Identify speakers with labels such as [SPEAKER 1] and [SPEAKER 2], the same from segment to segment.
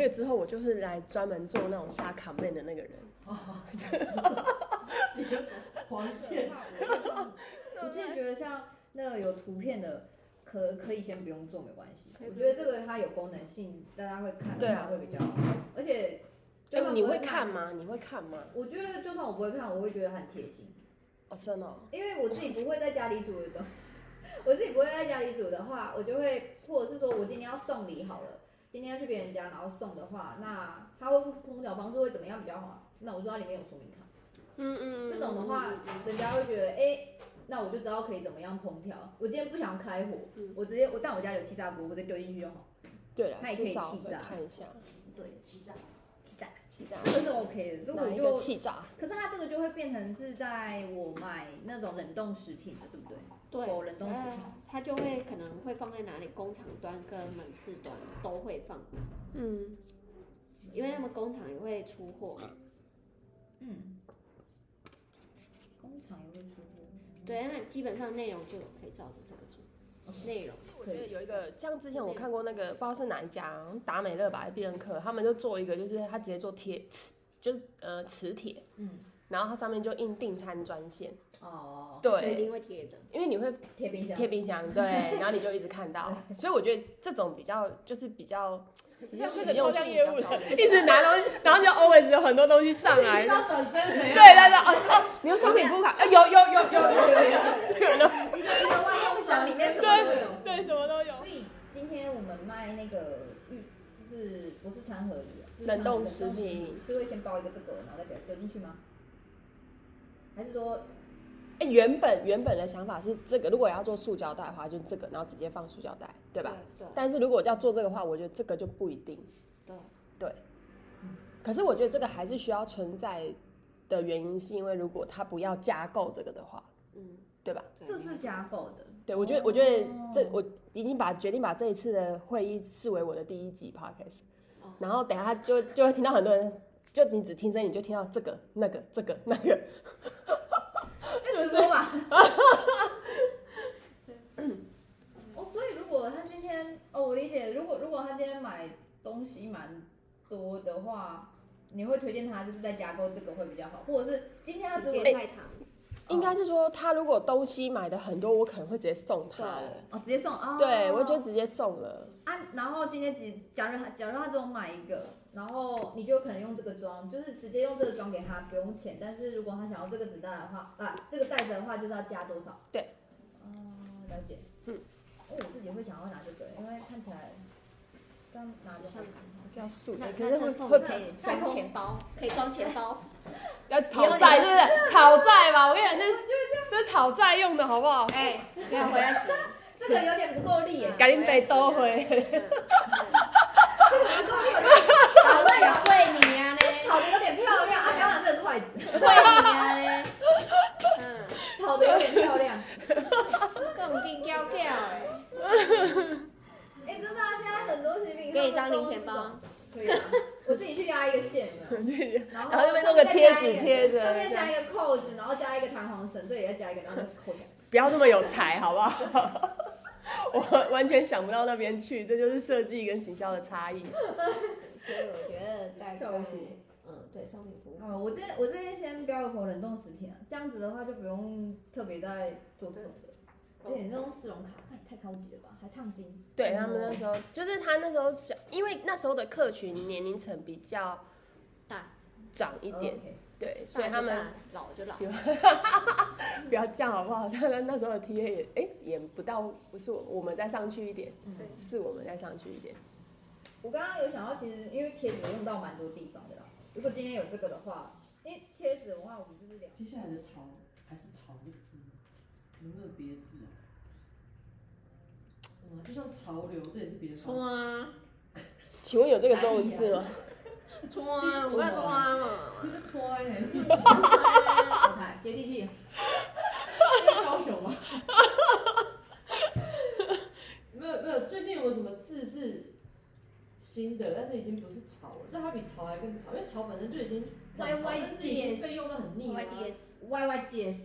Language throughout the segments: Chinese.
[SPEAKER 1] 月之后，我就是来专门做那种下卡妹的那个人。
[SPEAKER 2] 哎
[SPEAKER 3] 黄线，
[SPEAKER 2] 我自己觉得像那个有图片的，可可以先不用做没关系。
[SPEAKER 1] 可以
[SPEAKER 2] 我
[SPEAKER 1] 不用
[SPEAKER 2] 觉得这个它有功能性，大家会看
[SPEAKER 1] 对
[SPEAKER 2] 的
[SPEAKER 1] 啊
[SPEAKER 2] 话会比较好，而且就
[SPEAKER 1] 哎、
[SPEAKER 2] 算
[SPEAKER 1] 你
[SPEAKER 2] 不
[SPEAKER 1] 会看？吗？你会看吗？
[SPEAKER 2] 我觉得就算我不会看，我会觉得它很贴心，
[SPEAKER 1] 哦，真的哦、
[SPEAKER 2] 因为我自己不会在家里煮的东西，我自己不会在家里煮的话，我就会或者是说我今天要送礼好了，今天要去别人家然后送的话，那它会烹调方式会怎么样比较好？那我知道里面有说明卡。
[SPEAKER 1] 嗯嗯嗯
[SPEAKER 2] 这种的话，人家会觉得，哎、那我就知道可以怎么样烹调。我今天不想开火，
[SPEAKER 1] 嗯
[SPEAKER 2] 我直接我但我家有气炸锅，我直接丢进去就好。
[SPEAKER 1] 对了
[SPEAKER 2] 它，也可
[SPEAKER 1] 至
[SPEAKER 2] 以
[SPEAKER 1] 少
[SPEAKER 2] 气
[SPEAKER 1] 会
[SPEAKER 2] 炸
[SPEAKER 1] 看一下
[SPEAKER 2] 对，
[SPEAKER 3] 欺诈，
[SPEAKER 2] 气炸
[SPEAKER 1] 气炸，
[SPEAKER 2] 这个是 OK 的。如
[SPEAKER 1] 哪
[SPEAKER 2] 果
[SPEAKER 1] 一个
[SPEAKER 2] 就，
[SPEAKER 1] 气炸？
[SPEAKER 2] 可是它这个就会变成是在我买那种冷冻食品的，对不对？
[SPEAKER 4] 对
[SPEAKER 2] 否冷冻食品。
[SPEAKER 4] 它就会可能会放在哪里，工厂端跟门市端都会放，
[SPEAKER 1] 嗯，
[SPEAKER 4] 因为他们工厂也会出货，
[SPEAKER 2] 嗯，工厂也会出
[SPEAKER 4] 对，那基本上内容就可以照着这个做。内容
[SPEAKER 1] 我觉得有一个，像之前我看过那个，不知道是哪一家，好像达美乐吧，还是必胜客，他们就做一个，就是他直接做贴，磁就是呃磁铁，
[SPEAKER 2] 嗯，
[SPEAKER 1] 然后它上面就印订餐专线，
[SPEAKER 2] 货哦，
[SPEAKER 4] 就一
[SPEAKER 1] 对，
[SPEAKER 4] 定会贴着，
[SPEAKER 1] 因为你会
[SPEAKER 2] 贴冰箱，
[SPEAKER 1] 贴冰箱， 对，然后你就一直看到，所以我觉得这种比较就是比较
[SPEAKER 3] 像这
[SPEAKER 1] 实
[SPEAKER 3] 个
[SPEAKER 1] 用
[SPEAKER 3] 超
[SPEAKER 1] 性
[SPEAKER 3] 像
[SPEAKER 1] 比
[SPEAKER 3] 业
[SPEAKER 1] 较
[SPEAKER 3] 务
[SPEAKER 1] 高
[SPEAKER 3] 的，
[SPEAKER 1] 一直拿东西，然后就 always 有很多东西上来，对
[SPEAKER 3] 要转身
[SPEAKER 1] 对
[SPEAKER 3] 没有？
[SPEAKER 1] 对，哦哦，你用商品不卡，啊有有有有有 有有有，
[SPEAKER 2] 一个一个外用箱里面什么都有。
[SPEAKER 1] 对对，什么都有，
[SPEAKER 2] 所以今天我们卖那个预，就是不是餐盒里啊，就是
[SPEAKER 1] 冷冻
[SPEAKER 2] 冷
[SPEAKER 1] 食品
[SPEAKER 2] 是会先包一个这个，然后再丢进去吗？还是说
[SPEAKER 1] 哎，原本原本的想法是这个，如果要做塑胶袋的话，就这个，然后直接放塑胶袋，对吧？？
[SPEAKER 4] 对
[SPEAKER 1] 但是如果要做这个话，我觉得这个就不一定。
[SPEAKER 4] 对
[SPEAKER 1] 可是我觉得这个还是需要存在的原因，是因为如果它不要架构这个的话，
[SPEAKER 4] 嗯，
[SPEAKER 1] 对吧？
[SPEAKER 4] 对
[SPEAKER 2] 这是加购的？
[SPEAKER 1] 对，我觉得，我觉得这
[SPEAKER 2] 哦
[SPEAKER 1] 我已经把决定把这一次的会议视为我的第一集 podcast，
[SPEAKER 4] 哦
[SPEAKER 1] 然后等一下就就会听到很多人，就你只听声音，你就听到这个、那个、这个、那个，
[SPEAKER 2] 哎这直 播吧。哦，所以如果他今天，哦，我理解，如果如果他今天买东西蛮多的话，你会推荐他就是在加购这个会比较好，或者是今天他
[SPEAKER 4] 时
[SPEAKER 2] 如果
[SPEAKER 4] 间太长，
[SPEAKER 1] 哎应该是说他如果东西买的很多，我可能会直接送他了，
[SPEAKER 2] 哦直接送哦，
[SPEAKER 1] 对我就直接送了，
[SPEAKER 2] 啊，然后今天只假如他假如他只有买一个，然后你就可能用这个装，就是直接用这个装给他，不用钱。但是如果他想要这个纸袋的话，啊，这个袋子的话就是要加多少？
[SPEAKER 1] 对。
[SPEAKER 2] 哦、了解。
[SPEAKER 1] 嗯
[SPEAKER 2] 哦，我自己会想要拿这个，因为看起来刚拿
[SPEAKER 4] 时
[SPEAKER 2] 着
[SPEAKER 4] 尚感。
[SPEAKER 1] 要素的
[SPEAKER 4] 那，
[SPEAKER 1] 可是
[SPEAKER 4] 那
[SPEAKER 1] 会
[SPEAKER 4] 这送
[SPEAKER 1] 会
[SPEAKER 4] 可以装钱包，可以装钱包，
[SPEAKER 1] 要讨债，是不是？讨债吧，我跟你讲，这是这是讨债用的好不好？
[SPEAKER 4] 哎，不要回来洗，
[SPEAKER 2] 这个有点不够力耶，
[SPEAKER 1] 赶紧被兜回，
[SPEAKER 2] 不够力有点
[SPEAKER 4] 嗯好想为你啊 嘞，
[SPEAKER 2] 炒的有点漂亮啊！刚拿这个 筷子
[SPEAKER 4] 为你啊嘞，嗯，
[SPEAKER 2] 炒的有点漂亮，
[SPEAKER 4] 送定要票哎，
[SPEAKER 2] 哎，真的啊，现在很多食品
[SPEAKER 4] 可以当零钱包，，
[SPEAKER 2] 可以啊，我自己去压一个线的。然
[SPEAKER 1] 然后
[SPEAKER 2] 这
[SPEAKER 1] 这边弄个贴纸贴着
[SPEAKER 2] 上面加一个扣子，然后加一个弹簧绳，这也要加一个，然后就扣起来。
[SPEAKER 1] 不要这么有才，好不好？ 我完全想不到那边去，这就是设计跟行销的差异。
[SPEAKER 4] 所以我觉得大概
[SPEAKER 2] 票务，
[SPEAKER 4] 嗯，对，商品服务，
[SPEAKER 2] 啊，我这我这边先标一口冷冻食品啊，这样子的话就不用特别再做这种的。而且你那种丝绒卡，看太高级了吧，还烫金。
[SPEAKER 1] 对
[SPEAKER 4] 嗯
[SPEAKER 1] 他们那时候，就是他那时候想，因为那时候的客群年龄层比较
[SPEAKER 4] 大哦
[SPEAKER 1] 长一点，
[SPEAKER 2] 哦 OK
[SPEAKER 1] 对，所以他
[SPEAKER 4] 大
[SPEAKER 1] 们
[SPEAKER 4] 就大老就老，
[SPEAKER 1] 喜欢 不要这样好不好？他们那时候的 TA 也哎、也不到，不是我我们再上去一点，
[SPEAKER 2] 嗯
[SPEAKER 4] 对
[SPEAKER 1] 是我们再上去一点。
[SPEAKER 2] 我刚刚有想到，其实因为贴纸用到蛮多地方的啦。如果今天有这个的话，因为贴纸的话，我们就是两
[SPEAKER 3] 接下来的潮还是潮这个字，有没有别的字啊？哇，就像潮流，这也是别的方法。
[SPEAKER 1] 啊
[SPEAKER 4] 穿
[SPEAKER 1] 请问有这个中文字吗？
[SPEAKER 4] 穿，
[SPEAKER 1] 啊
[SPEAKER 4] 我要穿嘛，
[SPEAKER 3] 那个穿哎，
[SPEAKER 2] 小台接地气。
[SPEAKER 3] 高雄吗？没有没有，最近有什么字是新的，但是已经不是潮了，就它比潮还更潮，因为潮本身就已经很潮，但是已经被用的很腻了啊。
[SPEAKER 4] YYDS
[SPEAKER 1] 哦
[SPEAKER 2] Y Y D S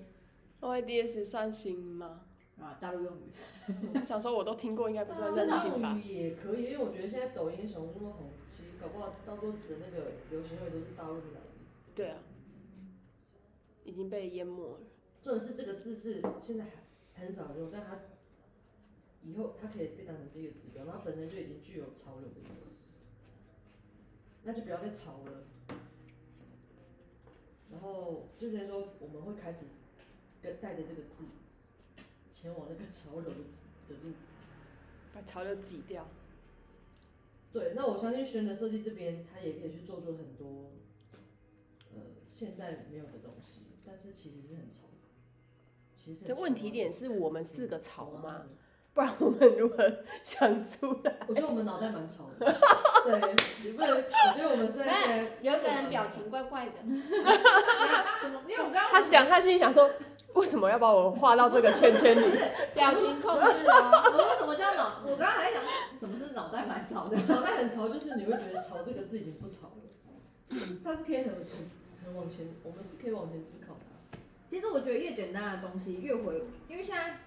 [SPEAKER 1] o i d s 算新吗？
[SPEAKER 2] 啊，大陆用语。
[SPEAKER 1] 想说我都听过，应该不算
[SPEAKER 3] 那
[SPEAKER 1] 任
[SPEAKER 3] 那
[SPEAKER 1] 性
[SPEAKER 4] 哦
[SPEAKER 1] 吧？
[SPEAKER 3] 语也可以，因为我觉得现在抖音、小红书很，其实搞不好到时候的那个流行会都是大陆来的。
[SPEAKER 1] 对啊，已经被淹没了。
[SPEAKER 3] 重点是这个字是现在还很少用，但它以后它可以被当成是一个指标，然后本身就已经具有潮流的意思，那就不要再潮了。然后就变成说我们会开始跟带着这个字前往那个潮流的字的路。
[SPEAKER 1] 把潮流挤掉，
[SPEAKER 3] 对，那我相信宣的设计这边，他也可以去做出很多呃现在没有的东西，但是其实是很潮的。其实是
[SPEAKER 1] 这
[SPEAKER 3] 很
[SPEAKER 1] 问题
[SPEAKER 3] 潮的
[SPEAKER 1] 点是我们四个潮吗？？不然我们如何想出来？
[SPEAKER 3] 我觉得我们脑袋蛮吵的，对，你不能，我觉得我们现在
[SPEAKER 4] 有一个人表情怪怪的，
[SPEAKER 2] 怎么？因为我刚刚
[SPEAKER 1] 他想，他心里想说，为什么要把我画到这个圈圈 里？
[SPEAKER 4] 表情控制哦。
[SPEAKER 2] 我说什么叫 脑？我刚刚还想什么是脑袋蛮潮的，
[SPEAKER 3] 脑袋很潮，就是你会觉得“潮”这个字已经不潮了，就是它是可以很很很往前，我们是可以往前思考啊它。
[SPEAKER 2] 其实我觉得越简单的东西越回，因为现在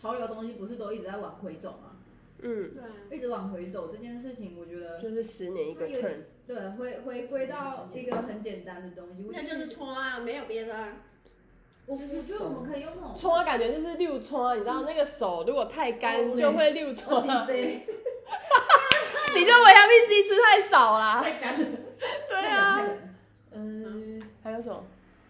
[SPEAKER 2] 潮流的东西不是都一直在往回走吗？
[SPEAKER 1] 嗯，
[SPEAKER 4] 对啊，
[SPEAKER 2] 一直往回走这件事情，我觉得
[SPEAKER 1] 就是十年一个 turn，
[SPEAKER 2] 对回回归到一个很简单的东西，我觉
[SPEAKER 4] 那
[SPEAKER 2] 得
[SPEAKER 4] 就是戳啊，没有别的啊。
[SPEAKER 2] 我我觉得我们可以用那种
[SPEAKER 1] 搓啊感觉就是溜搓，你知道那个手如果太干就会溜搓，
[SPEAKER 3] 这
[SPEAKER 1] 你就维他命 C 吃太少啦。
[SPEAKER 3] 太干了。
[SPEAKER 1] 对啊，
[SPEAKER 3] 嗯，
[SPEAKER 1] 还有什么？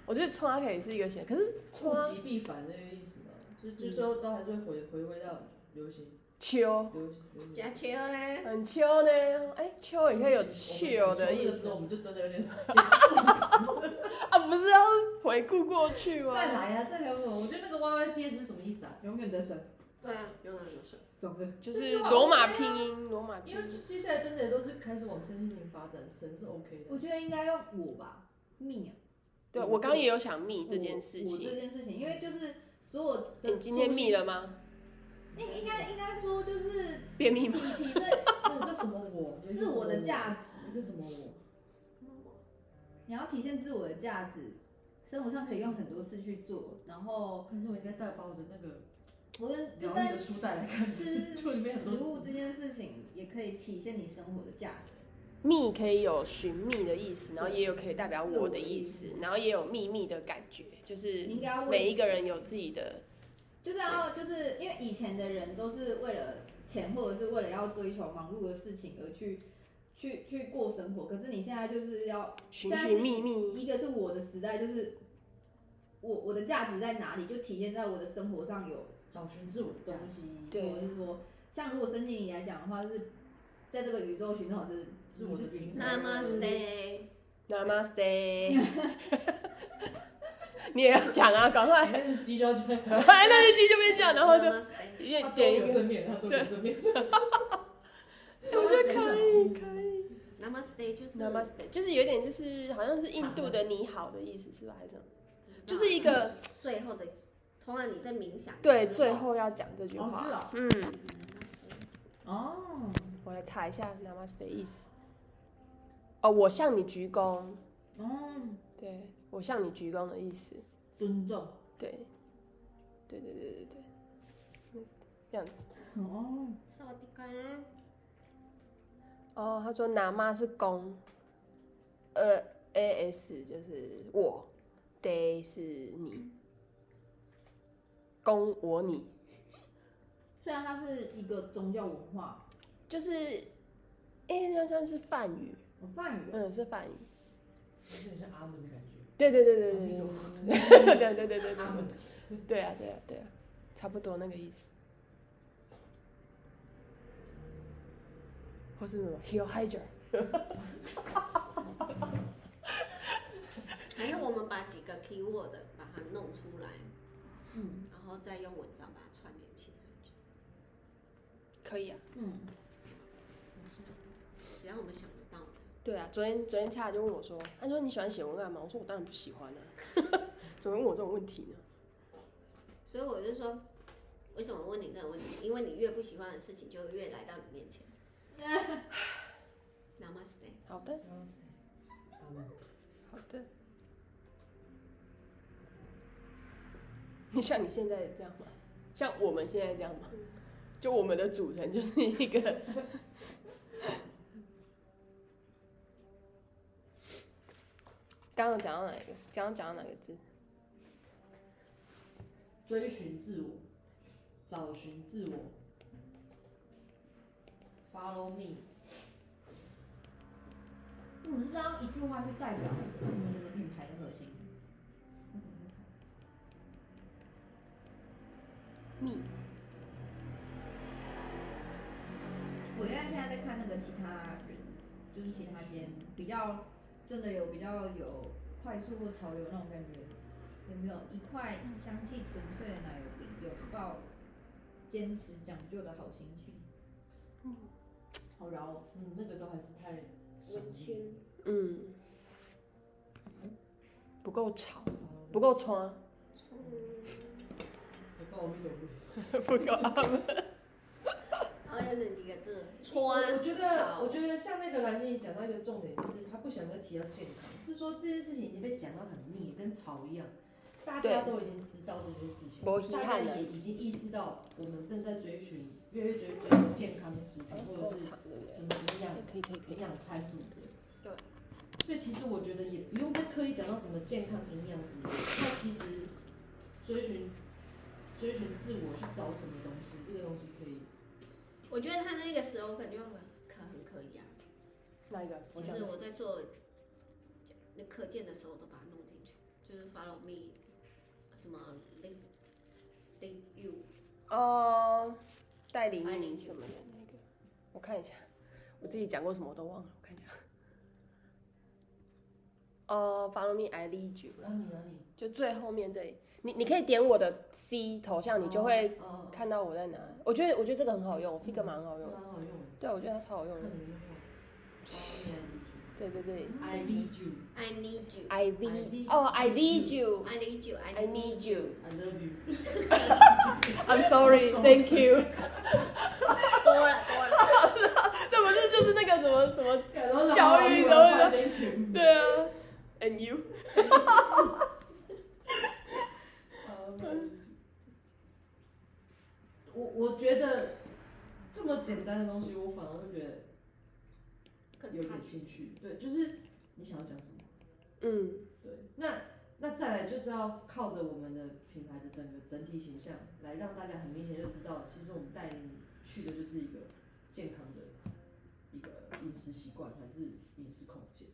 [SPEAKER 1] 我觉得搓可以是一个选，可是
[SPEAKER 3] 物
[SPEAKER 1] 搓
[SPEAKER 3] 极必反这个意思嘛，就
[SPEAKER 1] 嗯
[SPEAKER 3] 就最后都还是会回回归到流行
[SPEAKER 1] 秋
[SPEAKER 3] 流行流行。
[SPEAKER 4] 加切嘞，
[SPEAKER 1] 很秋呢，哎、秋也可以有
[SPEAKER 3] 我
[SPEAKER 1] chill
[SPEAKER 3] 们
[SPEAKER 1] 的
[SPEAKER 3] 这
[SPEAKER 1] 意
[SPEAKER 3] 个时
[SPEAKER 1] 思
[SPEAKER 3] 候我们就真的有点死。
[SPEAKER 1] 啊，不是要回顾过去吗？
[SPEAKER 3] 再来呀、再来我，我觉得那个 Y Y D S 是什么意思啊？
[SPEAKER 2] 永远的神，
[SPEAKER 4] 对啊，永远都是。
[SPEAKER 2] 总之
[SPEAKER 1] 就是罗马拼音，罗马拼
[SPEAKER 3] 因为
[SPEAKER 1] 音。
[SPEAKER 3] 接接下来真的都是开始往身心灵发展，神是 OK 的。
[SPEAKER 2] 我觉得应该用我吧，命啊，
[SPEAKER 1] 嗯对，我刚刚也有想密这件事
[SPEAKER 2] 我这
[SPEAKER 1] 情。
[SPEAKER 2] 件事情，因哎为就是所有的
[SPEAKER 1] 你今天密了吗？
[SPEAKER 2] 应应该应该说就是
[SPEAKER 1] 便秘
[SPEAKER 2] 提
[SPEAKER 1] 吗？
[SPEAKER 2] 提升
[SPEAKER 3] 那个是什么我？有一个
[SPEAKER 2] 自我的
[SPEAKER 3] 什么
[SPEAKER 2] 价值，
[SPEAKER 3] 我，一个什么我？
[SPEAKER 2] 你要体现自我的价值，生活上可以用很多事去做，然后
[SPEAKER 3] 我感觉我应该带把我的那个
[SPEAKER 2] 无论就
[SPEAKER 3] 疗愈
[SPEAKER 2] 在
[SPEAKER 3] 的书带来看，
[SPEAKER 2] 吃
[SPEAKER 3] 就里面很
[SPEAKER 2] 食
[SPEAKER 3] 多
[SPEAKER 2] 物
[SPEAKER 3] 字。
[SPEAKER 2] 这件事情，也可以体现你生活的价值。
[SPEAKER 1] 密可以有寻觅的意思，然后也有可以代表我的意思，然后也有秘密的感觉，就是
[SPEAKER 2] 你应该要为
[SPEAKER 1] 每一个人有自己 的。
[SPEAKER 2] 就是要就是因为以前的人都是为了钱或者是为了要追求忙碌的事情而去去去过生活，可是你现在就是要
[SPEAKER 1] 寻寻觅觅，
[SPEAKER 2] 一个是我的时代，就是我我的价值在哪里，就体现在我的生活上有
[SPEAKER 3] 找寻自我的价
[SPEAKER 2] 东
[SPEAKER 3] 值，
[SPEAKER 2] 西，
[SPEAKER 1] 对
[SPEAKER 2] 或者是说像如果身心灵来讲的话，就是在这个宇宙寻找的
[SPEAKER 3] 自我的平衡。
[SPEAKER 4] 那么 stay，
[SPEAKER 1] Namaste。你也要讲啊，赶 快！
[SPEAKER 3] 那是鸡叫鸡，
[SPEAKER 1] 哎，那一句就变这样，然后 就一
[SPEAKER 3] 它
[SPEAKER 1] 点
[SPEAKER 3] 终于
[SPEAKER 1] 点一
[SPEAKER 3] 有
[SPEAKER 1] 个。
[SPEAKER 3] 正面，它终于有正面。
[SPEAKER 1] 我觉得可以，可以。
[SPEAKER 4] 那么 stay 就是
[SPEAKER 1] Namaste，就是有点就是好像是印度的你好的意思是吧？还是什么？就是
[SPEAKER 4] 一
[SPEAKER 1] 一个
[SPEAKER 4] 嗯最后的，通常你在冥想的
[SPEAKER 1] 对
[SPEAKER 4] 时候
[SPEAKER 1] 最后要讲这句
[SPEAKER 2] 哦是
[SPEAKER 1] 话
[SPEAKER 2] 哦。
[SPEAKER 1] 嗯，
[SPEAKER 2] 哦，
[SPEAKER 1] 我来查一下 Namaste 意思。哦，我向你鞠躬，
[SPEAKER 2] 嗯，
[SPEAKER 1] 对我向你鞠躬的意思。
[SPEAKER 2] 尊重，
[SPEAKER 1] 对，对对对对对，嗯这样子。
[SPEAKER 2] 哦，
[SPEAKER 4] 萨瓦迪卡，
[SPEAKER 1] 哦，他说 Nama 是躬，呃，A S 就是我，Day 是你，躬我你。
[SPEAKER 2] 虽然它是一个宗教文化，
[SPEAKER 1] 就是，哎、那算是梵语，
[SPEAKER 2] 我梵语
[SPEAKER 1] 嗯，是梵语。
[SPEAKER 3] 有点像阿门的感觉，
[SPEAKER 1] 对对对对对对对对对对
[SPEAKER 4] 啊
[SPEAKER 1] 对对
[SPEAKER 3] 阿门。
[SPEAKER 1] 对啊对啊对啊，差不多那个意思。或是什么 hill higer，
[SPEAKER 4] 还是我们把几个 keyword 把它弄出来，
[SPEAKER 2] 嗯
[SPEAKER 4] 然后再用文章把它串联起来，
[SPEAKER 1] 可以啊。
[SPEAKER 2] 嗯，
[SPEAKER 4] 只要我们想得到的。
[SPEAKER 1] 对啊，昨天昨天恰恰就问我说，他说你喜欢写文案吗？我说我当然不喜欢啊， 怎么问我这种问题呢？
[SPEAKER 4] 所以我就说，为什么问你这个问题？因为你越不喜欢的事情，就越来到你面 前。Namaste，
[SPEAKER 1] 好的
[SPEAKER 3] 然后谁阿门。
[SPEAKER 1] 好的。你像你现在这样吗？像我们现在这样嘛，就我们的组成就是一个。 刚刚讲到哪一个？刚刚讲到哪个字？
[SPEAKER 3] 追寻自我，找寻自我，follow me。
[SPEAKER 2] 我们是不是要一句话去代表我们整个品牌的核心？
[SPEAKER 1] 密
[SPEAKER 2] 我因为现在在看那个其他人，就是其他间比较真的有比较有快速或潮流那种感觉，有没有一块香气纯粹的奶油饼，拥抱坚持讲究的好心情？嗯，好饶哦。
[SPEAKER 3] 嗯，那个都还是太
[SPEAKER 4] 文青，
[SPEAKER 1] 嗯，不够吵，
[SPEAKER 3] 不
[SPEAKER 1] 不够穿，
[SPEAKER 3] 不够阿弥陀佛。
[SPEAKER 1] 不够啊。
[SPEAKER 4] 然后又那几个字，
[SPEAKER 3] 我
[SPEAKER 4] 穿，
[SPEAKER 3] 觉得，
[SPEAKER 4] 草
[SPEAKER 3] 我觉得像那个蓝妮讲到一个重点，就是她不想再提到健康，是说这件事情已经被讲到很腻，跟草一样，大家都已经知道这件事情，
[SPEAKER 1] 没遗
[SPEAKER 3] 大家
[SPEAKER 1] 憾了
[SPEAKER 3] 也已经意识到我们正在追寻，越来越追追求健康的食品或者是
[SPEAKER 1] 长对不对
[SPEAKER 3] 什么营养
[SPEAKER 1] 可以可以可以
[SPEAKER 3] 营。养餐什么的。
[SPEAKER 1] 对。
[SPEAKER 3] 所以其实我觉得也不用再刻意讲到什么健康营养什么的，那其实追寻追寻自我去找什么东西，这个东西可以。
[SPEAKER 4] 我觉得他那个 slogan 就很可很可以啊。
[SPEAKER 1] 哪一个？我
[SPEAKER 4] 其
[SPEAKER 1] 讲
[SPEAKER 4] 实我在做那课件的时候，我都把它弄进去，就是 follow me，什么 link link you，
[SPEAKER 1] 哦，带领
[SPEAKER 4] 带领
[SPEAKER 1] 你
[SPEAKER 4] 你
[SPEAKER 1] 什么的那个，我看一下，我自己讲过什么我都忘了，我看一下。哦、f o l l o w me, I lead you
[SPEAKER 3] 哪
[SPEAKER 1] 了，
[SPEAKER 3] 里哪里？
[SPEAKER 1] 就最后面这里，你你可以点我的 C 头像，你就会
[SPEAKER 3] 哦。哦
[SPEAKER 1] 看到我在哪。我觉得我觉得这个很好用，Figma 很好
[SPEAKER 3] 蛮
[SPEAKER 1] 用，
[SPEAKER 3] 好用的。
[SPEAKER 1] 对，我觉得它超好用的。对对对
[SPEAKER 3] ，I need you,
[SPEAKER 4] I need you，I
[SPEAKER 1] ，I
[SPEAKER 3] lead-
[SPEAKER 1] lead，哦，I lead you，I'm
[SPEAKER 4] need you，I
[SPEAKER 1] I
[SPEAKER 4] need
[SPEAKER 1] need
[SPEAKER 4] you，
[SPEAKER 3] I love you。
[SPEAKER 1] sorry，Thank you。
[SPEAKER 4] 多了多了，
[SPEAKER 1] 这不是就是那个什么什么？
[SPEAKER 3] 教
[SPEAKER 1] 育
[SPEAKER 3] 育
[SPEAKER 1] 的为什么
[SPEAKER 3] 的，对，
[SPEAKER 1] 对啊，And you。
[SPEAKER 3] 我我觉得这么简单的东西，我反而会觉得
[SPEAKER 4] 更
[SPEAKER 3] 有点
[SPEAKER 4] touch
[SPEAKER 3] 兴趣。对，就是你想要讲什么？
[SPEAKER 1] 嗯，
[SPEAKER 3] 对，那那再来就是要靠着我们的品牌的整个整体形象，来让大家很明显就知道，其实我们带领去的就是一个健康的一个饮食习惯，还是饮食空间。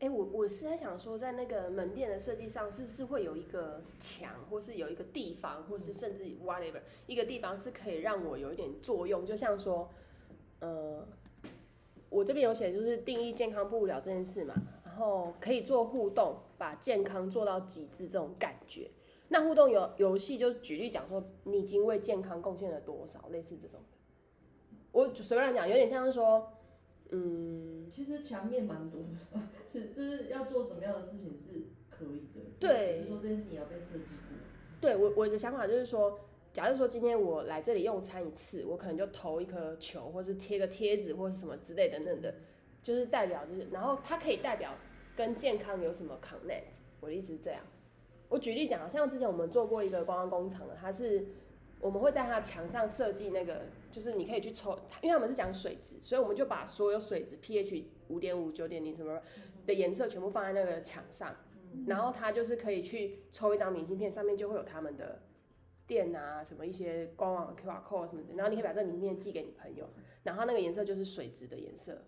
[SPEAKER 1] 哎、我我是在想说，在那个门店的设计上，是不是会有一个墙，或是有一个地方，或是甚至 whatever 一个地方是可以让我有一点作用？就像说，呃，我这边有写就是定义健康不无聊这件事嘛，然后可以做互动，把健康做到极致这种感觉。那互动游游戏就举例讲说，你已经为健康贡献了多少，类似这种的。我就随便讲，有点像是说，嗯。
[SPEAKER 3] 其实墙面蛮多的， 是就是要做怎么样的事情是可以的，只
[SPEAKER 1] 对
[SPEAKER 3] 只是说这件事情要被设计过。
[SPEAKER 1] 对我我的想法就是说，假如说今天我来这里用餐一次，我可能就投一颗球，或是贴个贴纸，或是什么之类等等的，就是代表就是，然后它可以代表跟健康有什么 connect。我的意思是这样。我举例讲，像之前我们做过一个观光工厂的，啊它是我们会在它的墙上设计那个，就是你可以去抽，因为他们是讲水质，所以我们就把所有水质 pH 五点五、九点零什么的颜色全部放在那个墙上。然后他就是可以去抽一张明信片，上面就会有他们的店啊，什么一些官网的 QR code 什么的，然后你可以把这明信片寄给你朋友，然后那个颜色就是水质的颜色。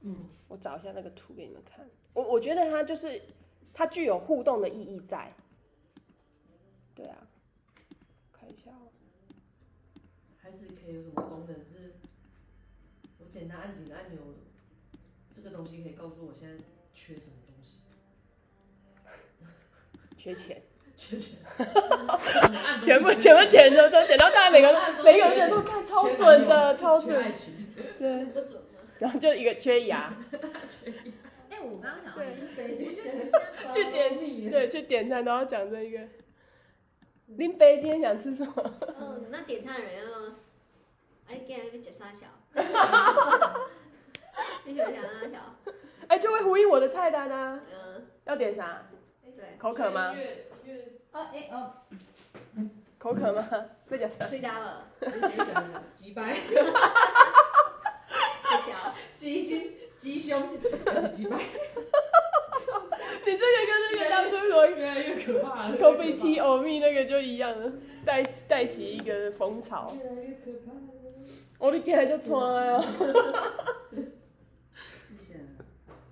[SPEAKER 1] 嗯，我找一下那个图给你们看。我我觉得它就是它具有互动的意义在。对啊，看一下哦。
[SPEAKER 3] 还是可以有什么功能是，我简单按几个按钮，这个东西可以告诉我现在缺什么东西，
[SPEAKER 1] 缺钱，
[SPEAKER 3] 缺钱， 按东西
[SPEAKER 1] 全部全部钱都都捡到，大家每个人
[SPEAKER 3] 按东西
[SPEAKER 1] 每个人都说看超准的，
[SPEAKER 3] 缺
[SPEAKER 1] 超
[SPEAKER 3] 缺爱
[SPEAKER 1] 准。
[SPEAKER 3] 情，
[SPEAKER 1] 对，
[SPEAKER 4] 不准啊吗？
[SPEAKER 1] 然后就一个缺牙，
[SPEAKER 2] 哎、我刚刚想到
[SPEAKER 1] 对
[SPEAKER 2] 一个
[SPEAKER 1] 就点
[SPEAKER 3] 蜜，
[SPEAKER 1] 对，去点餐都要讲这一个。林北今天想吃什么？
[SPEAKER 4] 嗯，那点餐的人要，哎，给人吃 三小，你喜欢讲三小？
[SPEAKER 1] 哎、就会呼应我的菜单啊。
[SPEAKER 4] 嗯，
[SPEAKER 1] 要点啥？
[SPEAKER 4] 对，
[SPEAKER 1] 口渴吗
[SPEAKER 3] 音乐音乐
[SPEAKER 2] 哦哎哦，
[SPEAKER 1] 口渴吗？不讲
[SPEAKER 3] 哎
[SPEAKER 1] 啥。
[SPEAKER 4] 最大了，
[SPEAKER 3] 直接讲了几百，
[SPEAKER 4] 最小，
[SPEAKER 3] 鸡心鸡胸，而且几百，
[SPEAKER 1] 你这个跟那个当初我
[SPEAKER 3] 越来越可怕了。
[SPEAKER 1] Kobe T O M 那个就一样了，带起带起一个风潮。
[SPEAKER 3] 越来越可怕了。
[SPEAKER 1] 我的天，就穿啊！